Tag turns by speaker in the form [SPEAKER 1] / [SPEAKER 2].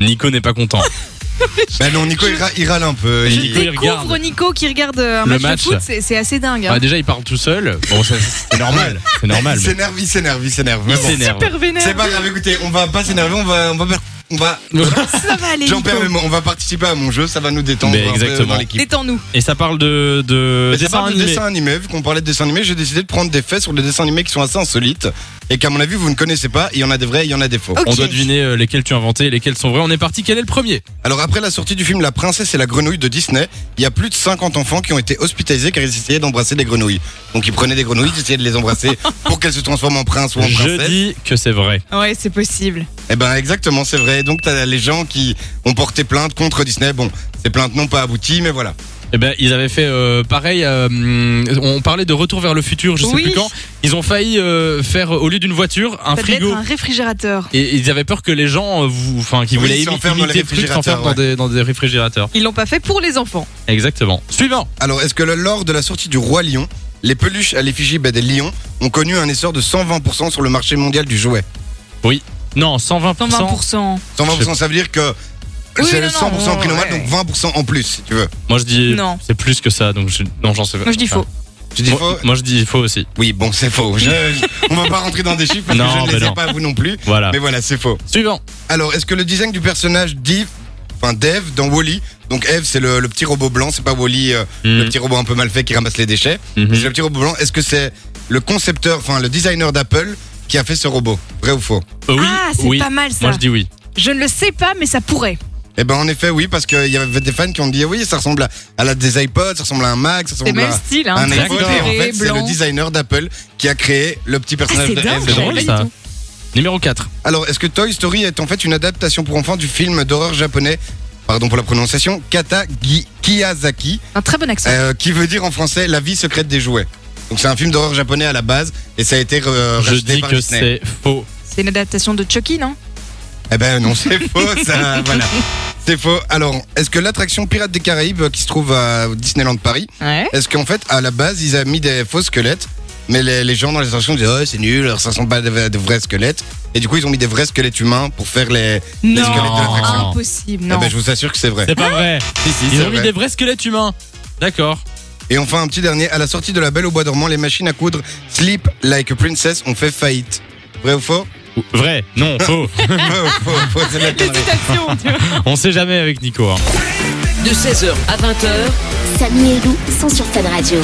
[SPEAKER 1] Nico n'est pas content.
[SPEAKER 2] Bah non, Nico, il, ra- il râle un peu.
[SPEAKER 1] Je
[SPEAKER 2] Il-
[SPEAKER 1] Nico, il
[SPEAKER 3] Découvre
[SPEAKER 1] regarde.
[SPEAKER 3] Nico qui regarde un
[SPEAKER 1] Le
[SPEAKER 3] match,
[SPEAKER 1] match.
[SPEAKER 3] de foot, c'est c'est assez dingue.
[SPEAKER 1] Bah,
[SPEAKER 3] hein.
[SPEAKER 1] déjà, il parle tout seul. Bon, ça, c'est normal. C'est normal.
[SPEAKER 2] Il
[SPEAKER 1] mais-
[SPEAKER 2] s'énerve, il s'énerve, il s'énerve. Mais
[SPEAKER 1] Il
[SPEAKER 2] bon.
[SPEAKER 1] s'énerve.
[SPEAKER 3] Super
[SPEAKER 2] C'est
[SPEAKER 3] vénère.
[SPEAKER 2] pas grave, écoutez, on va pas s'énerver, on va. On va, on va
[SPEAKER 3] Ça va aller.
[SPEAKER 2] J'en
[SPEAKER 3] Nico.
[SPEAKER 2] perds mes mots, on va participer à mon jeu, ça va nous détendre.
[SPEAKER 1] Mais
[SPEAKER 2] un peu
[SPEAKER 1] exactement.
[SPEAKER 2] dans l'équipe.
[SPEAKER 3] Détends-nous.
[SPEAKER 1] Et ça parle de, de
[SPEAKER 2] Mais ça parle de
[SPEAKER 1] animé.
[SPEAKER 2] dessin animé, vu qu'on parlait de dessin animé, j'ai décidé de prendre des faits sur des dessins animés qui sont assez insolites et qu'à mon avis vous ne connaissez pas, il y en a des vrais, il y en a des faux.
[SPEAKER 3] Ok.
[SPEAKER 1] On doit deviner euh, lesquels tu as inventés et lesquels sont vrais. On est parti. Quel est le premier
[SPEAKER 2] Alors après la sortie du film La princesse et la grenouille de Disney, il y a plus de 50 enfants qui ont été hospitalisés car ils essayaient d'embrasser des grenouilles. Donc ils prenaient des grenouilles, ils essayaient de les embrasser pour qu'elles se transforment en prince ou en princesse.
[SPEAKER 1] Je dis que c'est vrai.
[SPEAKER 3] Ouais, c'est possible.
[SPEAKER 2] Eh ben exactement, c'est vrai. Donc t'as les gens qui ont porté plainte contre Disney. Bon, ces plaintes n'ont pas abouti, mais voilà.
[SPEAKER 1] Eh ben, ils avaient fait euh, pareil. euh, hum, on parlait de retour vers le futur, je sais
[SPEAKER 3] Oui.
[SPEAKER 1] plus quand. Ils ont failli euh, faire au lieu d'une voiture un
[SPEAKER 3] Ça devait
[SPEAKER 1] frigo.
[SPEAKER 3] être un réfrigérateur.
[SPEAKER 1] Et ils avaient peur que les gens, euh, vous, enfin, qui
[SPEAKER 2] Oui,
[SPEAKER 1] voulaient
[SPEAKER 2] ils s'enferment dans les
[SPEAKER 1] imiter le truc, s'enferment dans,
[SPEAKER 2] réfrigérateurs,
[SPEAKER 1] des, dans des réfrigérateurs.
[SPEAKER 3] Ils l'ont pas fait pour les enfants.
[SPEAKER 1] Exactement. Suivant.
[SPEAKER 2] Alors, est-ce que le- lors de la sortie du Roi Lion, les peluches à l'effigie bah, des lions ont connu un essor de 120% sur le marché mondial du jouet
[SPEAKER 1] Non, 120%.
[SPEAKER 3] 120%.
[SPEAKER 2] 120%, ça veut dire que
[SPEAKER 3] Oui,
[SPEAKER 2] c'est
[SPEAKER 3] non,
[SPEAKER 2] le
[SPEAKER 3] non,
[SPEAKER 2] 100%
[SPEAKER 3] ouais,
[SPEAKER 2] prix normal,
[SPEAKER 3] ouais.
[SPEAKER 2] donc 20% en plus, si tu veux.
[SPEAKER 1] Moi, je dis.
[SPEAKER 3] Non.
[SPEAKER 1] C'est plus que ça. Donc, je, non, j'en sais pas. Ah.
[SPEAKER 3] Moi, je dis faux.
[SPEAKER 2] Tu dis
[SPEAKER 1] Moi-
[SPEAKER 2] faux
[SPEAKER 1] Moi, je dis faux aussi.
[SPEAKER 2] Oui, bon, c'est faux. Je- je- on va pas rentrer dans des chiffres parce
[SPEAKER 1] Non,
[SPEAKER 2] que je ne
[SPEAKER 1] mais
[SPEAKER 2] les ai
[SPEAKER 1] non.
[SPEAKER 2] pas, vous non plus.
[SPEAKER 1] Voilà.
[SPEAKER 2] Mais voilà, c'est faux.
[SPEAKER 1] Suivant.
[SPEAKER 2] Alors, est-ce que le design du personnage d'Eve, enfin d'Eve dans Wally, donc Eve, c'est le, le petit robot blanc, c'est pas Wally, euh, le
[SPEAKER 1] Mhm.
[SPEAKER 2] petit robot un peu mal fait qui ramasse les déchets.
[SPEAKER 1] Mhm.
[SPEAKER 2] C'est le petit robot blanc. Est-ce que c'est le concepteur, enfin le designer d'Apple qui a fait ce robot Vrai ou faux
[SPEAKER 1] Euh, oui.
[SPEAKER 3] ah, c'est
[SPEAKER 1] oui.
[SPEAKER 3] pas mal ça. Ah,
[SPEAKER 1] Moi, je dis oui.
[SPEAKER 3] Je ne le sais pas, mais ça pourrait.
[SPEAKER 2] Eh ben en effet oui parce qu'il y avait des fans qui ont dit Ah oui ça ressemble à, à la des iPods, ça ressemble à un Mac, ça
[SPEAKER 3] C'est
[SPEAKER 2] ressemble
[SPEAKER 3] même
[SPEAKER 2] à
[SPEAKER 3] style,
[SPEAKER 2] un
[SPEAKER 3] hein.
[SPEAKER 1] Exact.
[SPEAKER 2] iPhone et en fait c'est
[SPEAKER 3] blanc.
[SPEAKER 2] le designer d'Apple qui a créé le petit
[SPEAKER 3] Ah,
[SPEAKER 2] personnage
[SPEAKER 3] c'est
[SPEAKER 2] de
[SPEAKER 3] dingue,
[SPEAKER 2] Eve.
[SPEAKER 1] C'est
[SPEAKER 3] j'avais
[SPEAKER 1] drôle,
[SPEAKER 3] pas du
[SPEAKER 1] ça.
[SPEAKER 3] tout.
[SPEAKER 1] Numéro 4.
[SPEAKER 2] Alors est-ce que Toy Story est en fait une adaptation pour enfants du film d'horreur japonais Pardon pour la prononciation, Kata Gi- Kiyazaki,
[SPEAKER 3] Un très bon accent.
[SPEAKER 2] euh, qui veut dire en français la vie secrète des jouets. Donc c'est un film d'horreur japonais à la base et ça a été euh,
[SPEAKER 1] Je
[SPEAKER 2] racheté
[SPEAKER 1] dis
[SPEAKER 2] par
[SPEAKER 1] que
[SPEAKER 2] Disney.
[SPEAKER 1] c'est faux.
[SPEAKER 3] C'est une adaptation de Chucky, non
[SPEAKER 2] Eh ben non, c'est faux, ça, voilà. C'est faux. Alors, est-ce que l'attraction Pirates des Caraïbes euh, qui se trouve à Disneyland Paris,
[SPEAKER 3] Ouais.
[SPEAKER 2] est-ce qu'en fait, à la base, ils avaient mis des faux squelettes mais les, les gens dans les attractions disaient oh, c'est nul, alors ça ressemble pas à de, de vrais squelettes. Et du coup, ils ont mis des vrais squelettes humains pour faire les. Les
[SPEAKER 3] Non.
[SPEAKER 2] squelettes de l'attraction.
[SPEAKER 3] Impossible,
[SPEAKER 2] Eh
[SPEAKER 3] non.
[SPEAKER 2] ben, je vous assure que c'est vrai.
[SPEAKER 3] Ah.
[SPEAKER 1] C'est pas vrai.
[SPEAKER 2] c'est
[SPEAKER 1] Ils ont mis
[SPEAKER 2] vrai.
[SPEAKER 1] des vrais squelettes humains. D'accord.
[SPEAKER 2] Et enfin, un petit dernier. À la sortie de La Belle au Bois dormant, les machines à coudre Sleep Like a Princess ont fait faillite. Vrai ou faux
[SPEAKER 1] Vrai. Non, faux.
[SPEAKER 2] Faux, faux, faux, c'est de la connerie.
[SPEAKER 3] L'hésitation, tu vois.
[SPEAKER 1] On sait jamais avec Nico. hein.
[SPEAKER 4] De 16h à 20h,
[SPEAKER 5] Samy et Lou sont sur Fan Radio.